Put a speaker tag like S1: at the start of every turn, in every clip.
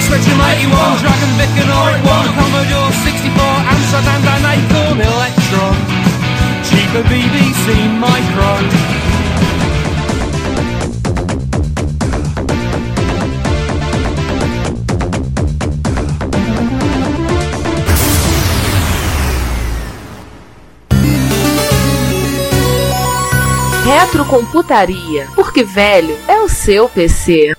S1: 31, Dragonvic and Oric 1, Commodore 64, Amsterdam and Acorn Electron, cheaper BBC Micron.
S2: Retrocomputaria, porque velho é o seu PC.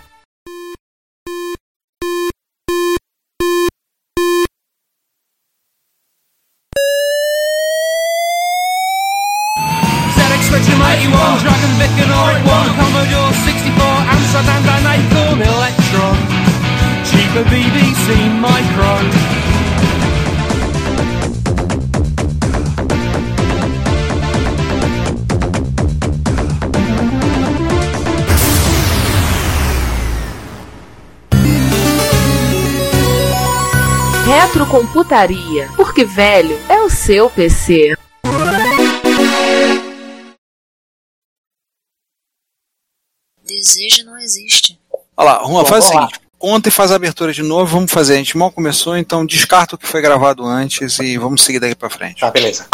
S1: ZX Spectrum 81, Dragonvic and Oric 1, Commodore 64, Amsterdam and Acorn Electron, cheaper BBC Micron.
S2: Retrocomputaria, porque velho é o seu PC.
S3: Desejo não existe.
S4: Olha lá, Juan,
S5: Bom,
S4: faz o
S5: vamos lá.
S4: seguinte. Ontem faz a abertura de novo, vamos fazer. A gente mal começou, então descarta o que foi gravado antes e vamos seguir daqui pra frente.
S5: Tá, beleza.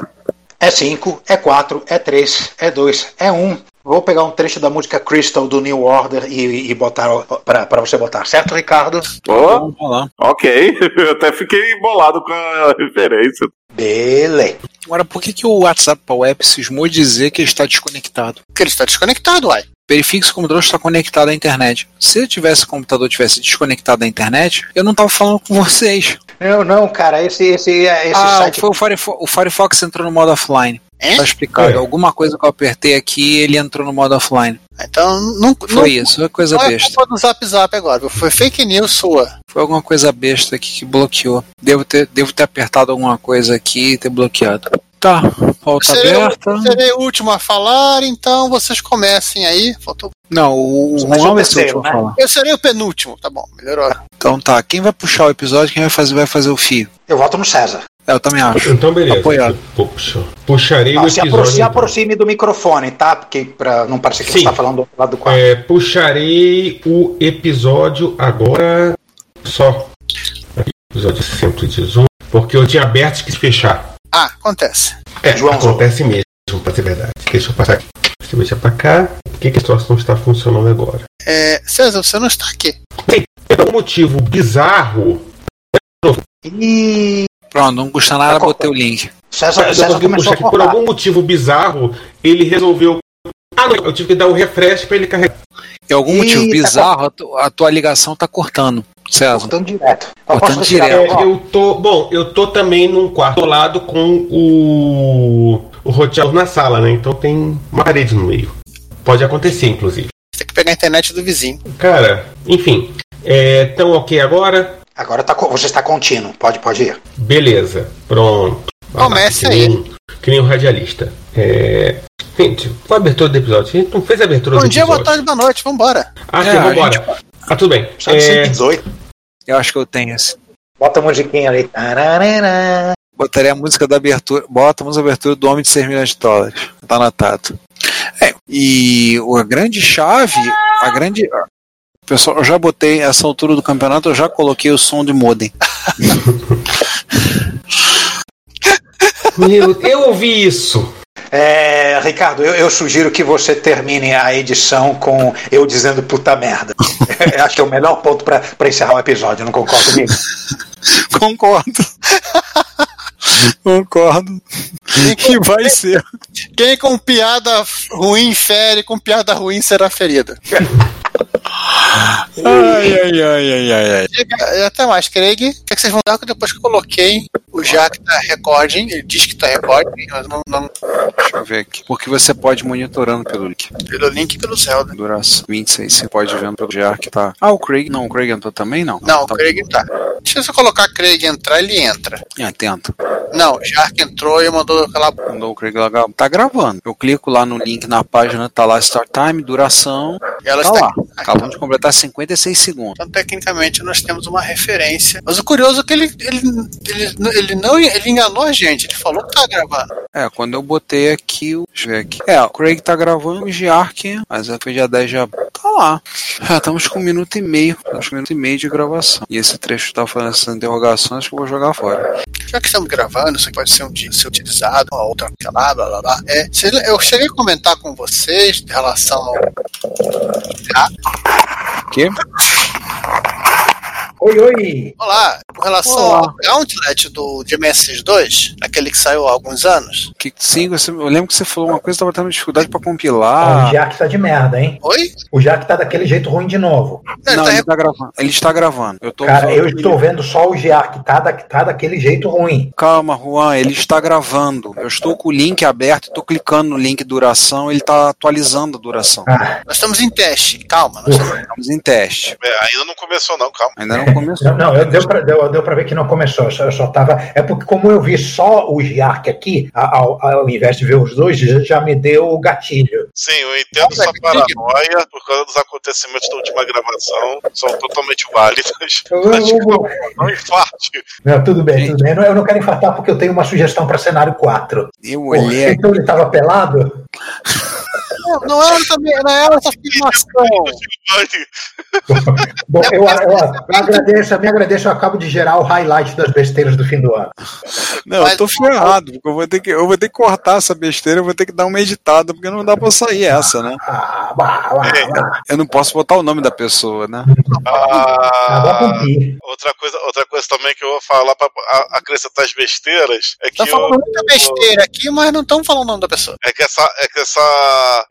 S5: É 5, é 4, é 3, é 2, é 1. Vou pegar um trecho da música Crystal do New Order e, e botar pra, pra você botar, certo, Ricardo?
S6: Ó,
S4: Vamos lá.
S6: ok. Eu até fiquei bolado com a referência.
S5: Beleza.
S4: Agora, por que, que o WhatsApp para Web cismou dizer que ele está desconectado?
S7: Porque ele está desconectado, uai.
S4: Verifique se o computador está conectado à internet. Se eu tivesse o computador tivesse desconectado à internet, eu não estava falando com vocês.
S5: Não, não, cara, esse, esse, é, esse
S4: ah,
S5: site.
S4: foi o, Firefo- o Firefox entrou no modo offline.
S7: É?
S4: Tá explicado. Alguma coisa que eu apertei aqui, ele entrou no modo offline.
S7: Então, não, não,
S4: Foi isso, foi coisa
S7: não é
S4: besta.
S7: culpa do Zap Zap agora. Foi fake news sua.
S4: Foi alguma coisa besta aqui que bloqueou. Devo ter, devo ter apertado alguma coisa aqui e ter bloqueado. Tá, pauta
S7: Serei o-
S4: aberta.
S7: Serei o último a falar, então vocês comecem aí. Faltou...
S4: Não, o, o
S5: Mas eu
S4: Juan vai ser o
S5: terceiro,
S4: último a
S5: né?
S4: falar.
S7: Eu serei o penúltimo. Tá bom, melhorou.
S4: Então tá, quem vai puxar o episódio, quem vai fazer, vai fazer o fio.
S5: Eu voto no César.
S4: É, eu também acho.
S8: Então, beleza.
S4: Apoiado.
S8: Puxa. Puxarei o
S5: Ah, se,
S8: episódio.
S5: apro- se
S8: então.
S5: aproxime do microfone, tá? Porque pra não parecer que
S8: Sim.
S5: você tá falando do outro lado do quarto.
S8: É, puxarei o episódio agora só. Episódio 118. Porque eu tinha aberto que se fechar.
S7: Ah, acontece.
S8: É,
S5: João,
S8: acontece mesmo, pra ser verdade. Deixa eu passar aqui. Deixa eu deixar pra cá. Por que, que esse troço não está funcionando agora?
S7: É, César, você não está aqui.
S8: Por um motivo bizarro. É.
S5: E
S4: Pronto, não custa nada, botei o link.
S5: César,
S8: eu
S5: César
S8: consegui
S5: começou
S8: puxar
S5: a
S8: aqui. Por
S5: cortar.
S8: algum motivo bizarro, ele resolveu. Ah, não, eu tive que dar o refresh pra ele carregar.
S4: E algum
S5: Ih,
S4: motivo
S5: tá
S4: bizarro, a, tu- a tua ligação tá cortando, César.
S5: Cortando direto. Eu
S4: Cortando
S5: posso retirar
S4: direto.
S5: meu voto?
S8: É, eu tô. Bom, eu tô também num quarto lado com o. o roteador na sala, né? Então tem uma parede no meio. Pode acontecer, inclusive.
S7: Você tem que pegar a internet do vizinho.
S8: Cara, enfim. É, tão ok agora?
S5: Agora tá, co- você está contínuo. Pode, pode ir.
S8: Beleza, pronto. Vai lá,
S7: Comece
S8: que nem- um, Que nem o radialista. É. Gente, qual a abertura do episódio? A gente não fez a abertura
S7: Bom
S8: do
S7: dia, boa tarde,
S8: episódio.
S7: boa noite. Vambora.
S8: Ah, sim,
S4: É, a
S8: vambora. Ah, tudo bem.
S5: Só de
S8: É,
S5: 118.
S4: Eu acho que eu tenho esse.
S5: Bota a musiquinha ali. Tararara.
S4: Botaria a música da abertura. Bota a música da abertura do Homem de 6 milhões de dólares. Tá anotado. É, e o- a grande chave, a grande. Pessoal, eu já botei essa altura do campeonato, eu já coloquei o som de modem.
S7: tá-
S8: meu, eu ouvi isso.
S5: É, Ricardo, eu, eu sugiro que você termine a edição com eu dizendo puta merda. Eu Acho que é o melhor ponto pra pra encerrar o episódio, não concordo comigo?
S4: Concordo. Concordo. Que vai ser.
S7: Quem com piada ruim fere, com piada ruim será ferido.
S4: Ai, ai, ai, ai, ai, ai.
S7: Diga, e até mais, Craig. O que, é que vocês vão dar depois que eu coloquei o Jacta recording? Ele diz que tá recording, mas não, não
S4: Deixa eu ver aqui. Porque você pode ir monitorando pelo link.
S7: pelo link e pelo Zelda.
S4: Duras 26, você pode ver pelo GR que tá. Ah, o Craig. Não, o Craig entrou também, não.
S7: Não, o
S4: tá...
S7: Craig tá. Deixa eu só colocar Craig entrar, ele entra.
S4: É, tenta.
S7: Não, o Jark entrou e mandou aquela.
S4: Mandou o Craig lá. Tá gravando. Eu clico lá no link na página, tá lá Start Time, duração.
S7: Ela
S4: Tá
S7: está
S4: lá.
S7: aqui. Ah,
S4: Acabamos de completar 56 segundos.
S7: Então, tecnicamente, nós temos uma referência. Mas o curioso é que ele, ele, ele, ele não ele enganou a gente. Ele falou que tá gravando.
S4: É, quando eu botei aqui o. Deixa eu ver aqui. É, o Craig tá gravando o Jark, mas é foi dia 10 de abril. tá lá. Ah, estamos com um minuto e meio. Estamos com um minuto e meio de gravação. E esse trecho que tá falando essas interrogações que eu vou jogar fora.
S7: Já que estamos gravando, isso pode ser, um, dia- ser utilizado, uma outra sei lá, blá blá blá. É, se- eu cheguei a comentar com vocês em relação ao.
S4: Quê?
S5: Oi, oi.
S7: Olá, com relação
S5: Olá.
S7: ao Gauntlet do de MSX2, aquele que saiu há alguns anos.
S4: Que, sim, você, eu lembro que você falou uma coisa que tava tendo dificuldade pra
S5: Ah, O
S4: compilar.
S5: Jack tá de merda, hein?
S7: Oi?
S5: O Jack tá daquele jeito ruim de novo.
S7: Ele
S4: Não,
S7: tá
S4: ele
S7: re-
S4: tá gravando. Ele está gravando. Eu tô
S5: Cara,
S4: usando-
S5: eu estou vendo só o Jack, tá, da, tá daquele jeito ruim.
S4: Calma, Juan, ele está gravando. Eu estou com o link aberto, estou clicando no link duração, ele está atualizando a duração.
S5: Ah,
S7: Nós estamos em teste, calma. Nós estamos...
S5: ufa.
S4: Estamos em teste.
S6: É, ainda não começou, não, calma.
S4: Ainda
S5: É.
S4: não começou.
S5: Não, não, eu deu, pra, deu, deu pra ver que não começou, eu só, eu só tava. É porque, como eu vi só o Giark aqui, a- ao, ao invés de ver os dois, já me deu o gatilho.
S6: Sim, eu entendo essa paranoia por causa dos acontecimentos da última gravação. São totalmente válidos.
S5: Eu- eu-
S6: Mas tipo, é um
S5: eu-
S6: não infarte.
S5: não, tudo bem, tudo bem. Eu não- Eu não quero infartar porque eu tenho uma sugestão pra cenário 4.
S4: Eu olhei.
S5: Então ele tava pelado?
S7: Não, não era também, não é era essa afirmação.
S5: Bom, eu, eu- eu agradeço, eu me agradeço, eu acabo de gerar o highlight das besteiras do fim do ano.
S4: Não, eu tô ferrado, porque eu vou ter que, eu vou ter que cortar essa besteira, eu vou ter que dar uma editada, porque não dá pra sair essa, né?
S5: Ah, bah, bah, bah.
S4: Eu não posso botar o nome da pessoa, né?
S5: Ah, bah,
S6: Ah,
S5: pumpi.
S6: outra, coisa, outra coisa também que eu vou falar pra a- acrescentar as besteiras é que,
S7: Tá
S6: eu-
S7: falando muita besteira aqui, mas não estamos falando o nome da pessoa.
S6: é que essa é que essa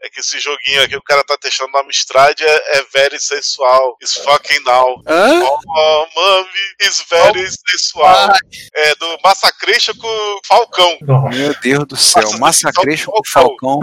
S6: é que esse joguinho aqui o cara tá testando na Amstrad é, é very sensual. It's fucking now.
S4: Hã?
S6: Oh, mami, it's very sensual. É do Massacration com Falcão.
S5: Nossa.
S4: Meu Deus do céu, Massacration com Falcão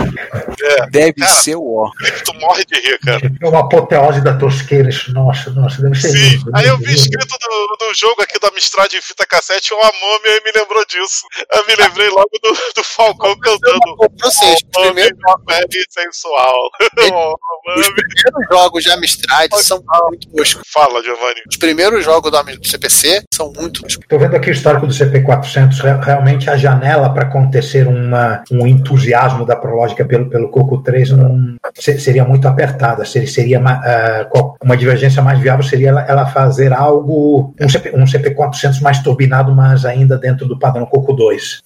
S4: deve ser o ó.
S6: Tu morre de rir, cara.
S5: É uma apoteose da tosqueira, isso. Nossa, nossa, deve ser
S6: Sim,
S5: lindo,
S6: aí eu
S5: lindo,
S6: vi
S5: lindo.
S6: escrito do, do jogo aqui da Amstrad em fita cassete, uma múmia e me lembrou disso. Eu me lembrei logo do, do Falcão cantando
S7: Ou seja, os
S6: Mami
S7: primeiros,
S6: na pele sensual. Oh,
S7: os
S6: mami.
S7: primeiros jogos de Amstrad são muito toscos.
S6: Fala, Giovanni.
S7: Os primeiros jogos do Am- do CPC são muito toscos.
S5: Estou vendo aqui o histórico do CP400. Re- Realmente, a janela para acontecer uma, um entusiasmo da Prológica pelo, pelo Coco 3 não, se- seria muito apertada. Seria, seria ma- ah, qual- uma divergência mais viável seria ela, ela fazer algo, um, CP, um CP400 mais turbinado, mas ainda dentro do padrão Coco 2.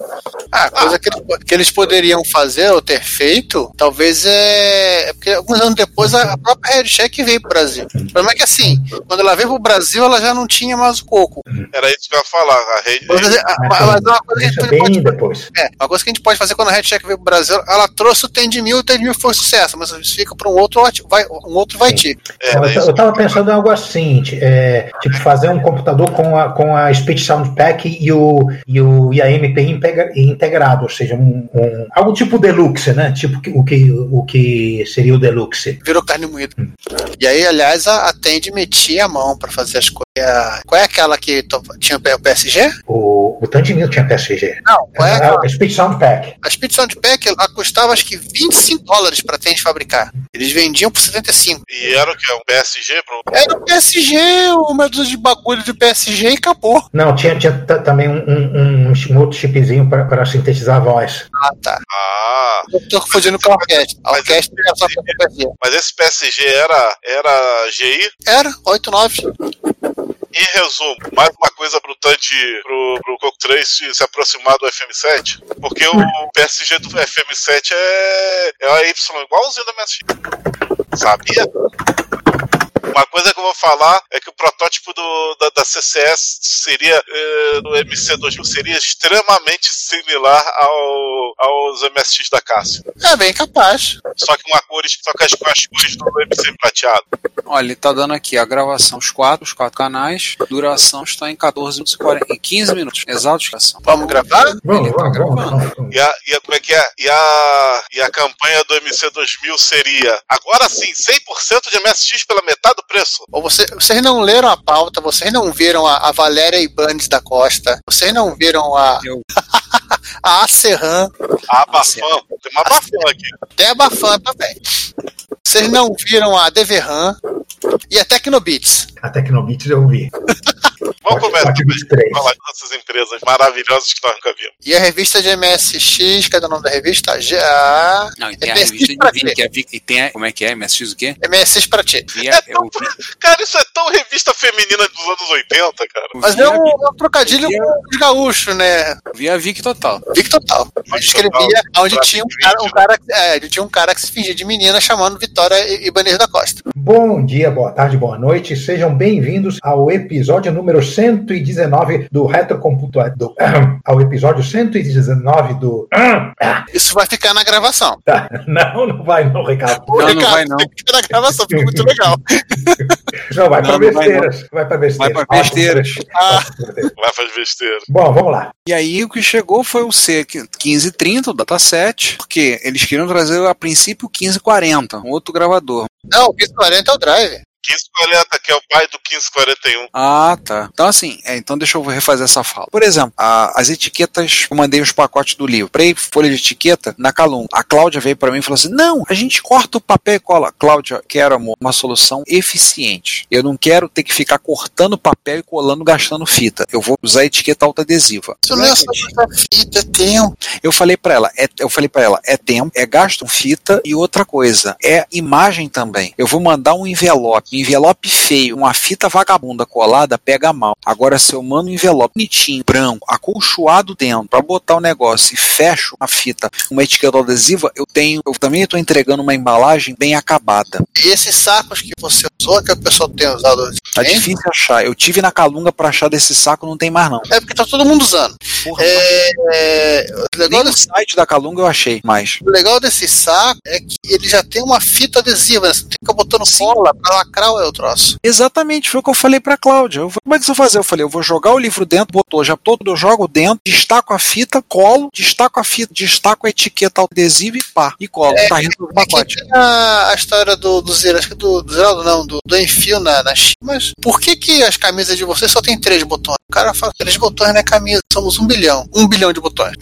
S7: Ah, coisa que eles, que eles poderiam fazer ou ter feito, talvez é. é Porque alguns anos depois a a própria Red Shack veio pro Brasil. O problema é que assim, quando ela veio pro Brasil, ela já não tinha mais o coco.
S6: Era isso que eu ia falar. A rede.
S7: Mas, é- mas é uma coisa que a
S5: Isso é
S7: gente pode
S5: bem depois.
S7: É, uma coisa que a gente pode fazer quando a Red Shack veio pro Brasil, ela trouxe o Tem de Mil, o Tem de Mil foi um sucesso, mas isso fica para um outro, ati- vai, um outro vai te.
S6: é, Era
S5: eu,
S6: isso.
S5: estava pensando em algo assim, ti- é, tipo fazer um computador com a, com a Speech Sound Pack e, o, e, o, e a MP integra- integrado, ou seja, um, um- algo tipo Deluxe, né? Tipo que- o, que, o que seria o Deluxe.
S7: Virou carne moída. E aí, aliás, a, a Tem de metia a mão para fazer as coisas. Qual é aquela que to- tinha o PSG?
S5: O, o Tandinil tinha PSG.
S7: Não, qual é aquela?
S5: A, a Speech Sound Pack.
S7: A Speed Sound Pack ela custava acho que 25 dólares para Tens fabricar. Eles vendiam por 75.
S6: E era o que? Um BSG? Pro...
S7: Era o PSG, uma dúzia de bagulho do PSG e acabou.
S5: Não, tinha, tinha ta- também um, um- um- um outro chipzinho para sintetizar a voz.
S7: Ah, tá. é
S6: Ah,
S7: Eu tô confundindo com a orquestra. A
S6: Mas-
S7: orquestra era só pra PSG.
S6: mas esse PSG era, era GI?
S7: Era, 8, 9.
S6: Em resumo, mais uma coisa pro Tante, pro, pro Coco 3 se, se aproximar do FM7, porque o PSG do FM7 é, é a Y igualzinho da MSX. Sabia? Uma coisa que eu vou falar é que o protótipo do, da, da CCS seria, eh, do MC2000, seria extremamente similar ao, aos MSX da Cássio.
S7: É bem capaz.
S6: Só que uma cor, só que as, com as cores do MC prateado.
S4: Olha, ele tá dando aqui a gravação, os quatro, os quatro canais, duração está em 14 minutos e 40, em 15 minutos, exatos duração.
S7: Vamos gravar?
S5: Vamos, vamos, vamos, vamos, vamos.
S6: E a, e a- como é que é? E a, e a campanha do MC 2000 seria, agora sim, 100% de MSX pela metade do preço.
S7: Ou você- vocês não leram a pauta, vocês não viram a, a Valéria Ibanez da Costa, vocês não viram a,
S4: Eu.
S7: a Serran,
S6: A Abafã. Tem uma Abafã aqui.
S7: até a Bafan também. Vocês não viram a Deverran, E a Tecnobits.
S5: A Tecnobits eu vi.
S6: Vamos
S5: Pode-
S6: começar
S5: pode
S6: também.
S5: 23.
S6: falar dessas empresas maravilhosas que nós nunca vimos.
S7: E a revista de MSX, cadê o nome é da revista? G a
S9: Não, e tem a
S7: MSX
S9: revista de
S7: pra
S9: Vini,
S7: quê?
S9: que é a Vic- e tem a, como é que é, MSX o quê?
S7: MSX pra ti.
S9: Via, é o, Vi-
S6: Cara, isso é tão revista feminina dos anos 80, cara.
S9: o
S7: Mas é
S9: Via,
S7: um, é um trocadilho com os gaúchos, né?
S9: Via Vic total.
S7: Vic Total. Onde escrevia,
S6: Total,
S7: onde tinha um cara, um cara, é, onde tinha um cara que se fingia de menina chamando Vitória I- Ibanez da Costa.
S5: Bom dia, boa tarde, boa noite. Sejam bem-vindos ao episódio número 119 do Retrocomputuador. Do, ao episódio 119 do.
S7: Isso vai ficar na gravação.
S5: Tá, não, não vai, não, Ricardo.
S7: Ô,
S4: não
S7: Ricardo,
S4: vai, não.
S7: tem que ficar na gravação, ficou muito legal.
S5: Não, vai
S4: Não, não
S5: para
S4: vai,
S5: besteiras. Vai, para besteiras.
S4: Vai pra besteiras.
S5: Vai
S7: Ah,
S5: pra besteiras.
S6: Lá faz besteira.
S5: Bom, vamos lá.
S4: E aí o que chegou foi o C1530, o dataset, porque eles queriam trazer a princípio o 1540, um outro gravador.
S7: Não, o 40 é o drive.
S6: 1540, que é o pai do 1541.
S4: Ah, tá. Então, assim, é, então deixa eu refazer essa fala. Por exemplo, a- as etiquetas, eu mandei os pacotes do livro. Comprei folha de etiqueta na Calum. A Cláudia veio pra mim e falou assim: não, a gente corta o papel e cola. Cláudia, quero, amor, uma solução eficiente. Eu não quero ter que ficar cortando papel e colando, gastando fita. Eu vou usar a etiqueta autoadesiva.
S7: Isso não é só essa fita, é tempo.
S4: Eu falei pra ela, é, eu falei para ela, é tempo, é gasto com fita e outra coisa, é imagem também. Eu vou mandar um envelope, um envelope feio, uma fita vagabunda colada pega mal. Agora se eu mando um envelope bonitinho, branco, acolchoado dentro, pra botar o negócio e fecho a fita, uma etiqueta adesiva, eu tenho, eu também tô entregando uma embalagem bem acabada.
S7: E esses sacos que você usou, que o pessoal tem usado hoje,
S4: Tá
S7: hein?
S4: difícil achar. Eu tive na Calunga pra achar desse saco, não tem mais não.
S7: é porque tá todo mundo usando.
S4: Porra,
S7: É, é, o
S4: nem
S7: legal
S4: no
S7: desse-
S4: site da Calunga eu achei, mas
S7: o legal desse saco é que ele já tem uma fita adesiva, né? Você não tem que ficar botando cola pra lacrar o troço.
S4: Exatamente, foi o que eu falei pra Cláudia. Eu falei, Como é que eu vou fazer? Eu falei, eu vou jogar o livro dentro, botou, já todo eu jogo dentro, destaco a fita, colo, destaco a fita, destaco a etiqueta adesiva e pá, e colo. tá resolvido o
S7: É que
S4: pacote.
S7: tem a, a história do, do Ziraldo, acho que do, do Ziraldo não, do, do Enfio na, na China. Mas por que, que as camisas de vocês só tem três botões? O cara fala, três botões na camisa, somos um bilhão. Um bilhão de botões.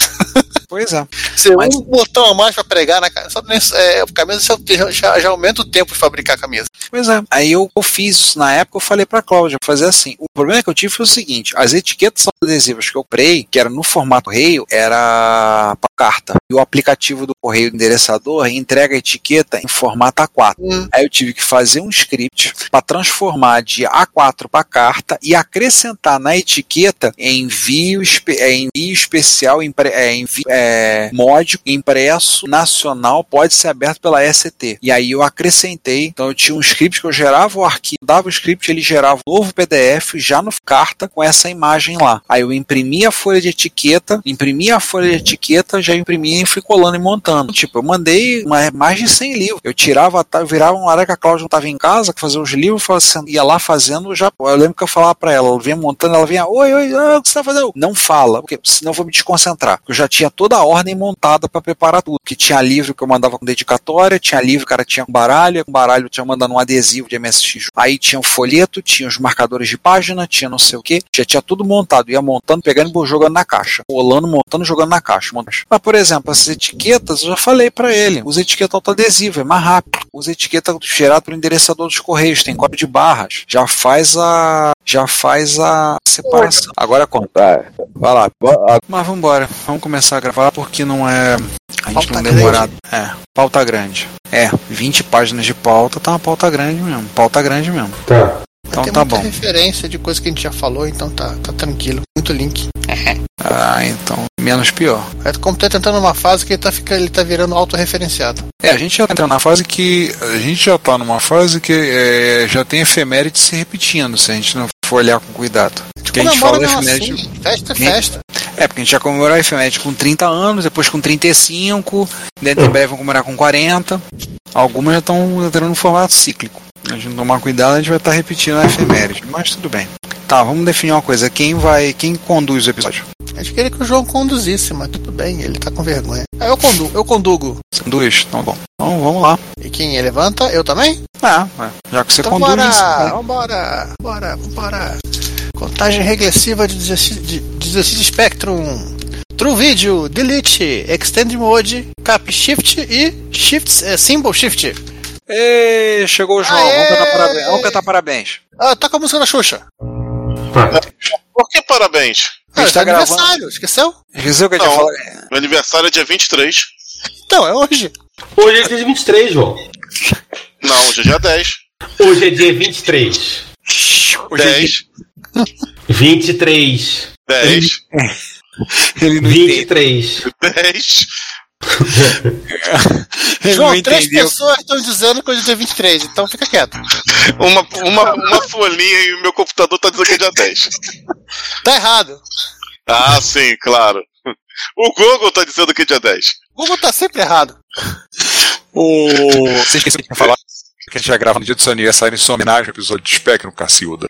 S4: Pois é.
S7: Você
S4: Mas-
S7: um botão a mais pra pregar na camisa. Só nesse- é, a camisa já, já, já aumenta o tempo de fabricar a camisa.
S4: Pois é. Aí eu, eu fiz isso na época, eu falei pra Cláudia, fazer assim. O problema que eu tive foi o seguinte: as etiquetas adesivas que eu comprei, que era no formato correio, era pra carta. E o aplicativo do correio do endereçador entrega a etiqueta em formato A4.
S7: Hum.
S4: Aí eu tive que fazer um script para transformar de A4 para carta e acrescentar na etiqueta envio, espe- é, envio especial, impre- é, envio, é, módico, impresso, nacional, pode ser aberto pela ST. E aí eu acrescentei, então eu tinha um script que eu gerava o arquivo, dava o script, ele gerava um novo PDF já no carta com essa imagem lá. Aí eu imprimia a folha de etiqueta, imprimia a folha de etiqueta, já imprimia e fui colando e montando. Tipo, eu mandei uma, mais de 100 livros. Eu tirava, a ta- eu virava uma hora que a Cláudia não tava em casa, que fazia os livros, fazia, ia lá fazendo, já. Eu lembro que eu falava pra ela, ela vinha montando, ela vinha, oi, oi, ah, o que você tá fazendo? Não fala, porque senão eu vou me desconcentrar. Porque Eu já tinha toda a ordem montada pra preparar tudo. Que tinha livro que eu mandava com dedicatória, tinha livro, que o cara tinha um baralho, com baralho eu tinha mandando um adesivo de MSX. Aí tinha o folheto, tinha os marcadores de página, tinha não sei o que, já tinha tudo montado. Ia montando, pegando e jogando na caixa. Rolando, montando, jogando na caixa. montando. Mas, por exemplo, essas etiquetas, eu já falei pra ele, usa etiqueta autoadesiva, é mais rápido. Usa etiqueta gerada pelo endereçador dos correios, tem código de barras. Já faz a. Já faz a separação. Agora conta.
S10: Tá.
S4: Vai lá.
S10: Bo- a-
S4: Mas vambora, vamos começar a gravar porque não é. A gente
S7: Pauta
S4: não
S7: grande.
S4: demorado. É, pauta grande. É, 20 páginas de pauta tá uma pauta grande mesmo. Pauta grande mesmo.
S8: Tá.
S4: Então
S7: tem
S4: tá
S7: muita
S4: bom.
S7: referência de coisa que a gente já falou, então tá, tá tranquilo. Muito link.
S4: Ah, então, menos pior.
S7: É como tá tentando uma fase que ele tá, ficando, ele tá virando autorreferenciado.
S4: É, a gente já tá entrando na fase que. A gente já tá numa fase que é, já tem efeméride se repetindo, se a gente não for olhar com cuidado. Porque a gente
S7: Comemora
S4: fala
S7: mesmo
S4: efeméride.
S7: assim. Festa é
S4: Quem-
S7: festa.
S4: É, porque a gente já comemorou a efeméride com 30 anos, depois com 35, dentro em breve vão comemorar com 40. Algumas já estão entrando no formato cíclico. A gente não tomar cuidado, a gente vai estar repetindo a efeméride, mas tudo bem. Tá, vamos definir uma coisa. Quem vai. Quem conduz o episódio?
S7: A gente queria que o João conduzisse, mas tudo bem, ele tá com vergonha. Ah, eu condugo, eu condugo.
S4: Conduz? Então bom. Então vamos lá.
S7: E quem levanta, eu também?
S4: Ah, é. já que você
S7: Então
S4: conduz.
S7: bora,
S4: então-
S7: vambora, bora, vambora. Contagem regressiva de 16, de 16 Spectrum. True Video, Delete, Extend Mode, Cap Shift e Shift, é, eh, Symbol Shift.
S4: Ê, chegou o João. Vamos cantar, parabéns. Vamos cantar parabéns.
S7: Ah, toca a música da Xuxa.
S6: Por que parabéns?
S7: Ah,
S4: gente tá
S7: é
S4: gravando.
S7: aniversário, esqueceu?
S4: Esqueceu que a gente
S6: Não.
S4: ia falar?
S6: Meu aniversário é dia 23.
S7: Então, é hoje.
S8: Hoje é dia 23, João.
S6: Não, hoje é dia 10.
S8: Hoje é dia 23.
S4: Hoje é
S6: 10.
S8: 23.
S6: 10.
S4: Ele não entende.
S8: 23.
S6: 10.
S4: Ele não
S7: João, três
S4: entendeu.
S7: pessoas estão dizendo que hoje é dia 23, então fica quieto.
S6: Uma, uma, uma folhinha e o meu computador tá dizendo que é dia 10.
S7: Tá errado.
S6: Ah, sim, claro. O Google tá dizendo que é dia 10.
S7: O Google tá sempre errado.
S4: O...
S9: Você esqueceu de falar que a gente ia gravar no dia do seu aniversário em sua homenagem ao episódio de Espectro Cacilda.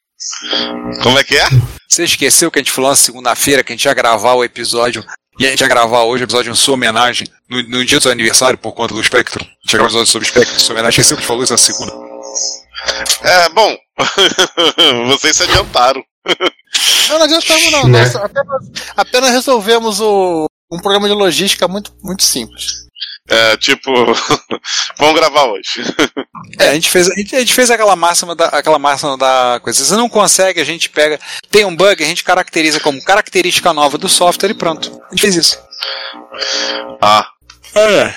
S6: Como é que é?
S4: Você esqueceu que a gente falou na segunda-feira que a gente ia gravar o episódio. E a gente ia gravar hoje o episódio em sua homenagem, no, no dia do seu aniversário, por conta do Espectro. A gente ia gravar o episódio sobre o Espectro em sua homenagem. Esqueceu que a gente falou isso na segunda.
S6: É, bom. Vocês se adiantaram.
S7: Não, não adiantamos, não.
S8: Né?
S7: Nós apenas, apenas resolvemos o, um programa de logística muito, muito simples.
S6: É, tipo, vamos gravar hoje.
S4: É, a gente fez, a gente, a gente fez aquela, máxima da, aquela máxima da coisa. Se não consegue, a gente pega. Tem um bug, a gente caracteriza como característica nova do software e pronto. A gente fez isso.
S6: Ah,
S4: É.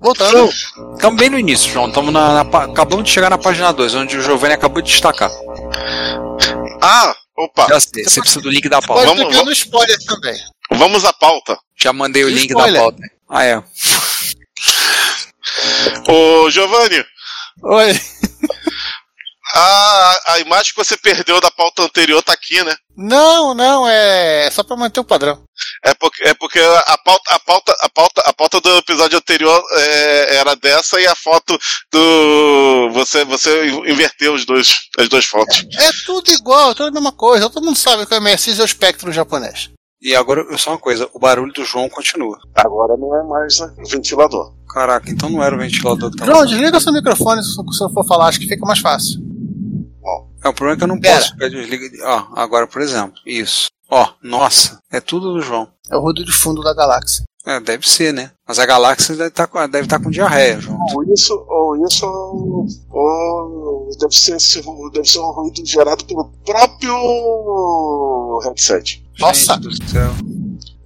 S7: Voltando.
S4: Estamos bem no início, João. Tamo na, na pá- acabamos de chegar na página 2, onde o Giovanni acabou de destacar.
S6: ah opa.
S4: Já sei, você precisa do link da pauta.
S7: Pode
S6: vamos-
S7: ficar no um spoiler também.
S6: Vamos à pauta.
S4: Já mandei o link da
S7: Spoiler.
S4: pauta. Ah, é.
S6: Ô, Giovanni,
S7: Oi.
S6: a, a imagem que você perdeu da pauta anterior tá aqui, né?
S7: Não, não, é só pra manter o padrão.
S6: É porque, é porque a, pauta, a, pauta, a, pauta, a pauta do episódio anterior é, era dessa e a foto do. Você, você inverteu os dois, as duas fotos.
S7: É tudo igual, é tudo a mesma coisa. Todo mundo sabe que o MSX é o espectro japonês.
S4: E agora, só uma coisa, o barulho do João continua.
S6: Agora não é mais ventilador.
S4: Caraca, então não era o ventilador que tava.
S7: João, desliga seu microfone se se eu for falar, acho que fica mais fácil.
S4: É, o problema é que eu não
S7: Pera.
S4: posso ficar desligado. Ó, agora, por exemplo, isso. Ó, nossa, é tudo do João.
S7: É o ruído de fundo da galáxia.
S4: É, deve ser, né? Mas a galáxia deve estar com, deve tá com diarreia, João.
S6: Ou isso, ou isso, ou, deve, ser esse, deve ser um ruído gerado pelo próprio headset.
S7: Nossa.
S4: Gente do céu.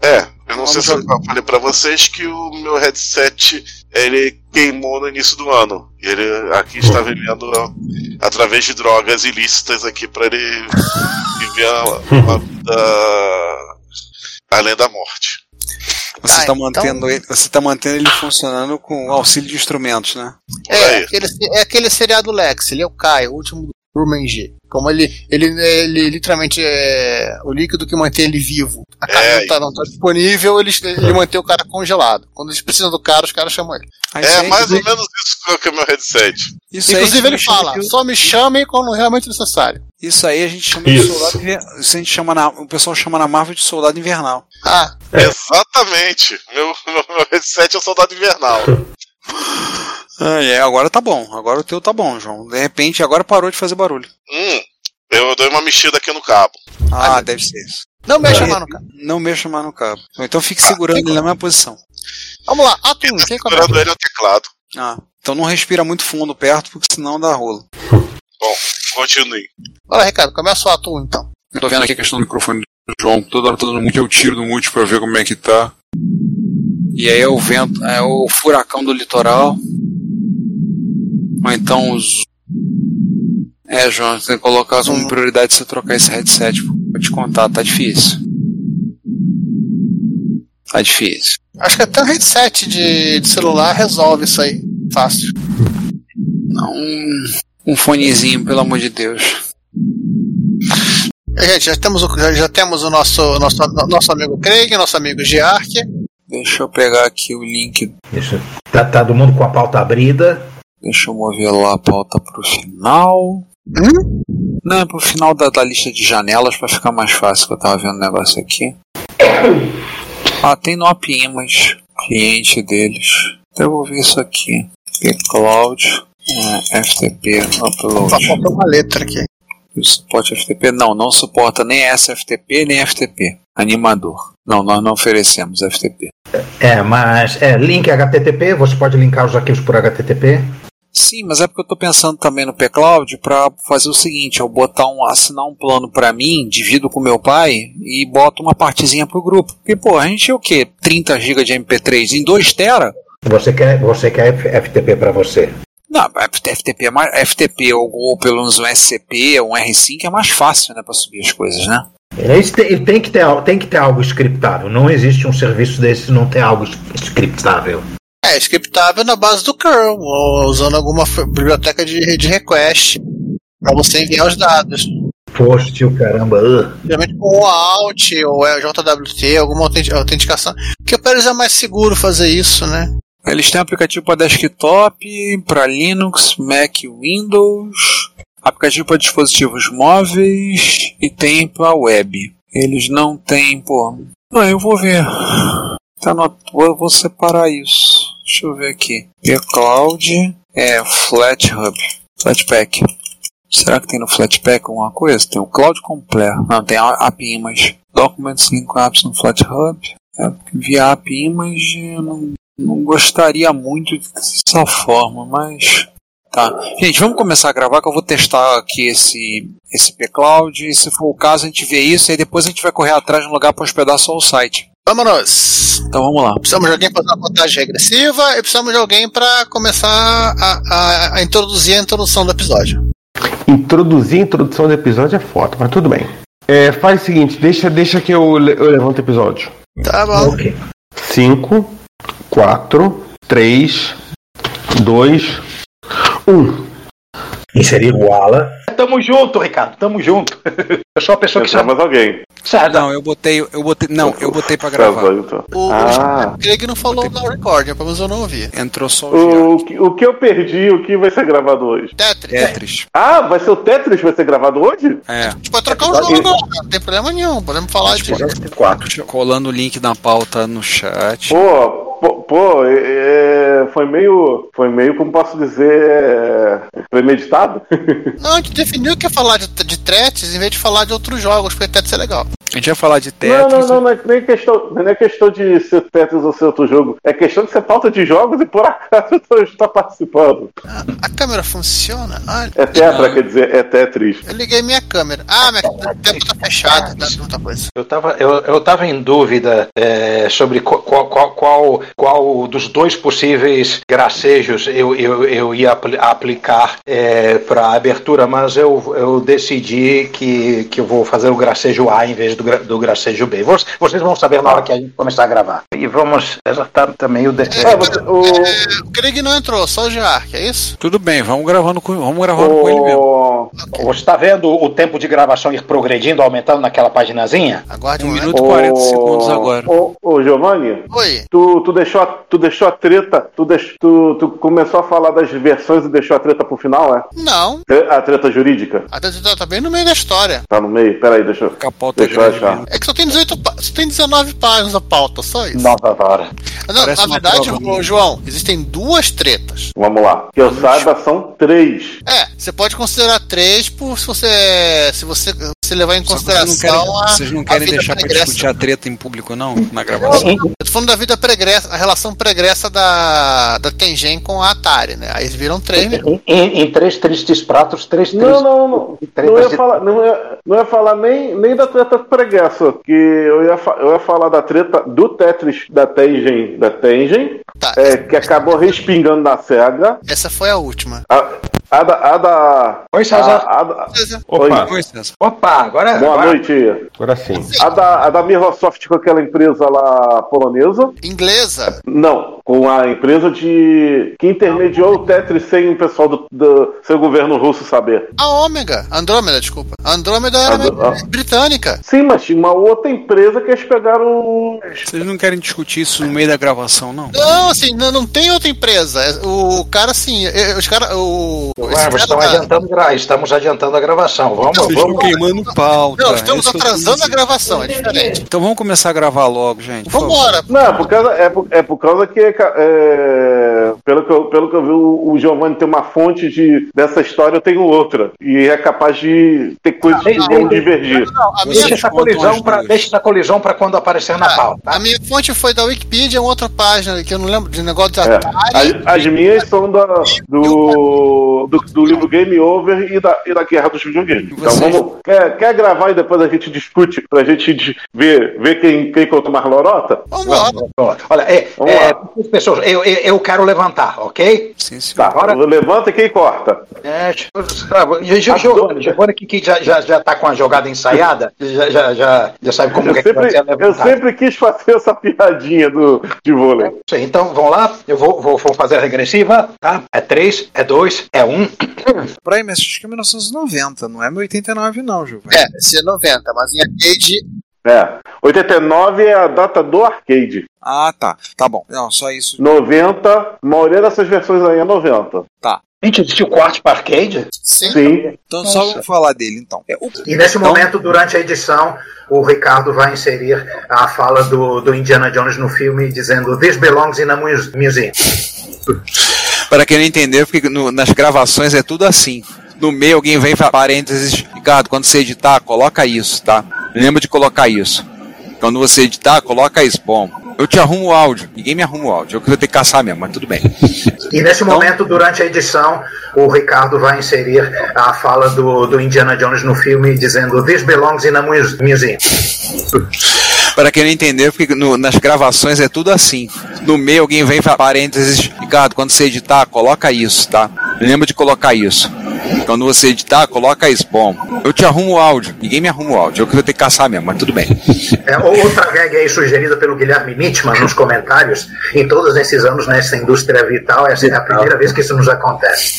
S6: É, eu não
S4: Vamos
S6: sei se eu falei pra vocês que o meu headset ele queimou no início do ano. E ele aqui está vivendo a- através de drogas ilícitas aqui pra ele viver uma, uma vida além da morte.
S4: Você
S7: Ah,
S4: está
S7: então-
S4: mantendo ele, você tá mantendo ele funcionando com o auxílio de instrumentos, né?
S6: Por
S7: É
S6: aí.
S7: aquele, é aquele seriado Lex, ele é o Kai, o último do Rumen G. Como ele, ele, ele literalmente é o líquido que mantém ele vivo. A carne
S6: É,
S7: não, tá, não tá disponível, ele, ele mantém o cara congelado. Quando eles precisam do cara, os caras chamam ele.
S4: Ah, isso
S6: É
S4: aí-
S6: mais ou menos isso que é o meu headset.
S4: isso aí é
S7: Inclusive,
S4: a
S7: ele
S4: gente chama
S7: fala:
S4: de-
S7: só me chamem quando realmente necessário.
S4: Isso aí a gente chama de
S8: Isso.
S4: soldado invernal. Isso a gente chama na, o pessoal chama na Marvel de soldado invernal.
S7: Ah,
S8: É.
S6: Exatamente. Meu, meu, meu headset é o soldado invernal.
S4: Ah, é, agora tá bom. Agora o teu tá bom, João. De repente, agora parou de fazer barulho.
S6: Hum, eu dei uma mexida aqui no cabo.
S4: Ah,
S7: Ah,
S4: deve ser isso.
S7: não mexa mais no cara.
S4: Não mexa mais no cabo. Então fique segurando ele na mesma posição.
S7: Vamos lá, Atum, quem é começa?
S6: Segurando ele ao teclado.
S4: Ah, então não respira muito fundo perto, porque senão dá rolo.
S6: Continue.
S7: Bora, Ricardo, começa o Atum então.
S9: Eu tô vendo aqui a questão do microfone do João. Toda hora tá dando mute, eu tiro do mute pra ver como é que tá.
S4: E aí é o vento, é o furacão do litoral. Ou então os. É, João, você tem que colocar como prioridade você trocar esse headset. pô. Vou te contar, tá difícil. Tá difícil.
S7: Acho que até um headset de, de celular resolve isso aí. Fácil.
S4: Não, um, um fonezinho, pelo amor de Deus.
S7: E, Gente, já temos o, já, já temos o nosso, nosso, nosso amigo Craig, nosso amigo Geark.
S4: Deixa eu pegar aqui o link.
S5: Isso. Tá, tá todo mundo com a pauta abrida.
S4: Deixa eu mover lá a pauta pro final.
S7: Hum?
S4: Não, é pro final da, da lista de janelas pra ficar mais fácil, que eu tava vendo o negócio aqui. Ah, tem no Apimas, cliente deles. Então eu vou ver isso aqui. P Cloud, é, FTP,
S7: Só
S4: upload.
S7: faltou uma letra aqui.
S4: E o suporte FTP? Não, não suporta nem SFTP nem FTP. Animador. Não, nós não oferecemos FTP.
S5: É, mas é, link HTTP, você pode linkar os arquivos por HTTP.
S4: Sim, mas é porque eu estou pensando também no P-Cloud para fazer o seguinte: eu botar um, assinar um plano para mim, divido com meu pai e boto uma partezinha pro grupo. Porque, pô, a gente é o quê? 30 GB de MP3 em 2 tera?
S11: Você quer, você quer F- FTP para você?
S4: Não, FTP, é mais, FTP ou, ou pelo menos um SCP, um R5 é mais fácil, né, para subir as coisas, né?
S11: Ele tem, ele tem que ter, al- tem que ter algo scriptável. Não existe um serviço desse que não tem algo s- scriptável.
S7: É, scriptável na base do curl, ou usando alguma f- biblioteca de, de request para você enviar os dados.
S11: Poxa, tio, caramba. ugh.
S7: Geralmente com o Alt ou é JWT, alguma autenti- autenticação. Porque para eles é mais seguro fazer isso, né?
S4: Eles têm aplicativo para desktop, para Linux, Mac, Windows, aplicativo para dispositivos móveis e tem para web. Eles não têm, pô. Ah, eu vou ver. Tá no, eu vou separar isso. Deixa eu ver aqui. E cloud é FlatHub, Flatpak. Será que tem no Flatpak alguma coisa? Tem o Cloud Compler. Não, tem a API Image. Documents Link Apps no FlatHub. É, porque via API Image eu não, não gostaria muito dessa forma, mas... Tá. Gente, vamos começar a gravar que eu vou testar aqui esse, esse P-Cloud. E se for o caso, a gente vê isso e aí depois a gente vai correr atrás de um lugar para hospedar só o site.
S7: Vamos!
S4: Então vamos lá.
S7: Precisamos de alguém para fazer uma contagem regressiva e precisamos de alguém para começar a, a- a introduzir a introdução do episódio.
S8: Introduzir a introdução do episódio é foda, mas tudo bem. É, faz o seguinte, deixa, deixa que eu, le- eu levanto o episódio.
S7: Tá bom.
S8: 5, 4, 3, 2, 1.
S11: Inserir o ala.
S5: Tamo junto, Ricardo, tamo junto. Eu sou a pessoa que
S6: Entrar
S5: sabe.
S6: mais alguém.
S4: Não, eu botei, eu botei, não, eu botei para gravar.
S6: Gravando, então.
S7: O,
S6: Ah.
S7: o Greg não falou da recording, pelo menos eu não ouvi.
S4: Entrou só o Jean.
S6: O, que- o que eu perdi, o que vai ser gravado hoje?
S7: Tetris,
S4: Tetris.
S6: Ah, vai ser o Tetris vai ser gravado hoje?
S4: É.
S7: a gente pode trocar o jogo agora, não tem problema nenhum, podemos falar de.
S6: é.
S4: Colando o link da pauta no chat.
S6: Pô, pô, pô, é, é, foi meio, foi meio, como posso dizer, é, premeditado?
S7: Não, a gente definiu que ia falar de, de Tetris em vez de falar de outros jogos, porque Tetris é legal.
S4: A gente vai falar de
S6: Não,
S4: Tetris.
S6: não, não, não é nem questão, não é questão de ser Tetris ou ser outro jogo. É questão de ser pauta de jogos e por acaso eu tô- estou participando.
S7: A câmera funciona? Olha.
S6: É Tetra, quer dizer, é Tetris.
S7: Eu liguei minha câmera. Ah, minha câmera tá fechada, tá muita coisa.
S5: Eu tava, eu, eu tava em dúvida é, sobre co- qual, qual, qual, qual dos dois possíveis gracejos eu, eu, eu ia apli- aplicar para a abertura, mas eu, eu decidi que, que eu vou fazer o gracejo A em vez do, gra- do gracejo B. Vo- Vocês vão saber na hora que a gente começar a gravar. E vamos. Essa tá, tá meio. De...
S6: É, você- o,
S7: É, o Greg não entrou, só o Geark, é isso?
S4: Tudo bem, vamos gravando com, vamos gravando com ele mesmo.
S6: o,
S5: Você está vendo o tempo de gravação ir progredindo, aumentando naquela paginazinha?
S7: Aguarde um
S4: Um
S7: momento.
S4: minuto e 40 segundos agora.
S6: Ô, ô, Giovanni,
S7: Oi.
S6: tu, tu, deixou a, tu deixou a treta, tu, deix, tu, tu começou a falar das versões e deixou a treta pro final, é?
S7: Não,
S6: Tre- A treta jurídica?
S7: a Tetris tá bem no meio da história.
S6: Tá no meio? Peraí, deixa eu.
S4: Porque a pauta é
S6: Deixa eu
S4: grande
S6: achar.
S4: mesmo.
S7: É que só tem 18 pá- só tem 19 páginas na pauta, só isso.
S5: Nova hora.
S7: Não,
S4: Parece
S7: na
S4: uma
S7: verdade,
S4: prova.
S7: ô, João, existem duas tretas.
S6: Vamos lá.
S4: Tá
S6: Que eu saiba, são três.
S7: É, você pode considerar três por se você. se você se levar em
S4: Só que Vocês
S7: consideração
S4: não querem,
S7: a.
S4: vocês não
S7: a
S4: querem
S7: vida
S4: deixar pra
S7: pregressa.
S4: discutir a treta em público, não? Na gravação.
S7: Eu tô falando da vida pregressa, a relação pregressa da, da Tengen com a Atari, né? Aí eles viram três mesmo.
S5: Em, em- em três tristes pratos, três tristes.
S6: Não, não, não. Não
S5: Tretas
S6: ia
S5: de-
S6: falar, não ia, não ia falar nem, nem da treta preguiça, que eu ia, fa- eu ia falar da treta do Tetris da Tengen, da Tengen
S7: Tá,
S6: é, que acabou respingando na SEGA.
S7: essa foi a última.
S6: A, a da. A da
S5: Oi, César.
S6: a- a da-
S7: Beleza?
S8: Opa,
S4: Oi, César.
S5: Opa, agora.
S6: Boa
S5: agora-
S6: noite.
S8: agora sim.
S6: A da, a da Microsoft com aquela empresa lá polonesa?
S7: Inglesa?
S6: Não, com a empresa de que intermediou o Tetris sem o pessoal do, do seu governo russo saber.
S7: A Ômega. Andrômeda, desculpa. A Andrômeda era
S6: Andro-
S7: br- britânica.
S6: Sim, mas tinha uma outra empresa que eles pegaram.
S4: Vocês não querem discutir isso no meio da gravação, não?
S7: Não, assim, não, não tem outra empresa. É, O cara, assim, é, os caras. O. esse
S5: Ué, mas então é- estão
S7: cara tá- da-
S5: adiantando, gra- estamos adiantando a gravação. Vamos,
S4: Vocês estão
S5: vamos.
S4: queimando pauta.
S7: Não, estamos
S4: É Isso que eu
S7: atrasando
S4: quis
S7: a
S4: dizer.
S7: gravação, é diferente.
S4: Então vamos começar a gravar logo, gente. por favor.
S7: Vambora.
S6: Não, é por causa, é por, é por causa que é, Pelo que eu, pelo que eu vi, o, o Giovanni tem uma fonte de, dessa história, eu tenho outra. E é capaz de ter coisas que
S12: Não,
S6: vão
S12: não,
S6: divergir.
S7: Não, a minha,
S12: Deixa essa colisão pra, deixa essa colisão pra quando aparecer na pauta.
S7: a minha fonte foi da Wikipedia, uma outra página que eu não lembro, de negócio da
S6: É.
S7: Atari.
S6: As, as minhas são da, do, do, do livro Game Over e da, e da Guerra dos Videogames. Então
S4: Vocês-
S6: vamos. Quer, quer gravar e depois a gente discute pra gente de- ver, ver quem, quem conta mais lorota?
S7: Vamos lá.
S12: Pronto. Olha, é,
S6: Vamos
S12: é, pessoas, eu, eu, eu quero levantar, ok?
S4: Sim, sim.
S12: Tá, agora.
S6: Levanta e quem corta.
S12: É, tá, Gio- Giovanni, Giovanni que, que já, já, já tá com a jogada ensaiada, já, já, já, já sabe como
S6: Eu
S12: que, é que vai
S6: sempre,
S12: ser
S6: eu
S12: levantar.
S6: sempre quis fazer essa piadinha do, de vôlei.
S12: Sim, Então, vamos lá, eu vou, vou, vou fazer a regressiva, tá? É 3, é 2, é 1.
S4: Por aí, mas acho que é 1990, não é 89 não, Giovanni.
S7: É, esse é 90, mas em arcade.
S6: É. 89 é a data do arcade.
S4: Ah, tá. Tá bom. Não, só isso.
S6: 90, a maioria dessas versões aí é 90.
S4: Tá.
S12: Gente, existiu quarto para arcade?
S7: Sim.
S6: Sim.
S4: Então só vamos falar dele, então. É, o-
S5: E nesse momento, durante a edição, o Ricardo vai inserir a fala do, do Indiana Jones no filme, dizendo This belongs in a muse- museum.
S4: Para quem não entender, porque no- nas gravações é tudo assim. No meio alguém vem e fala, parênteses, Ricardo, quando você editar, coloca isso, tá? Lembra de colocar isso. Quando você editar, coloca isso. Bom, eu te arrumo o áudio. Ninguém me arruma o áudio. Eu que vou ter que caçar mesmo, mas tudo bem.
S5: E nesse momento, durante a edição, o Ricardo vai inserir a fala do, do Indiana Jones no filme, dizendo This belongs in a muse- museum.
S4: Para quem não entender, porque no- nas gravações é tudo assim. No meio alguém vem e fala, parênteses, Ricardo, quando você editar, coloca isso, tá? Lembra de colocar isso. Quando você editar, coloca isso. Bom, eu te arrumo o áudio. Ninguém me arruma o áudio. Eu que vou ter que caçar mesmo, mas tudo bem.
S5: É, ou- outra gag aí sugerida pelo Guilherme Mitman nos né, comentários, em todos esses anos nessa indústria vital, essa é a primeira vez que isso nos acontece.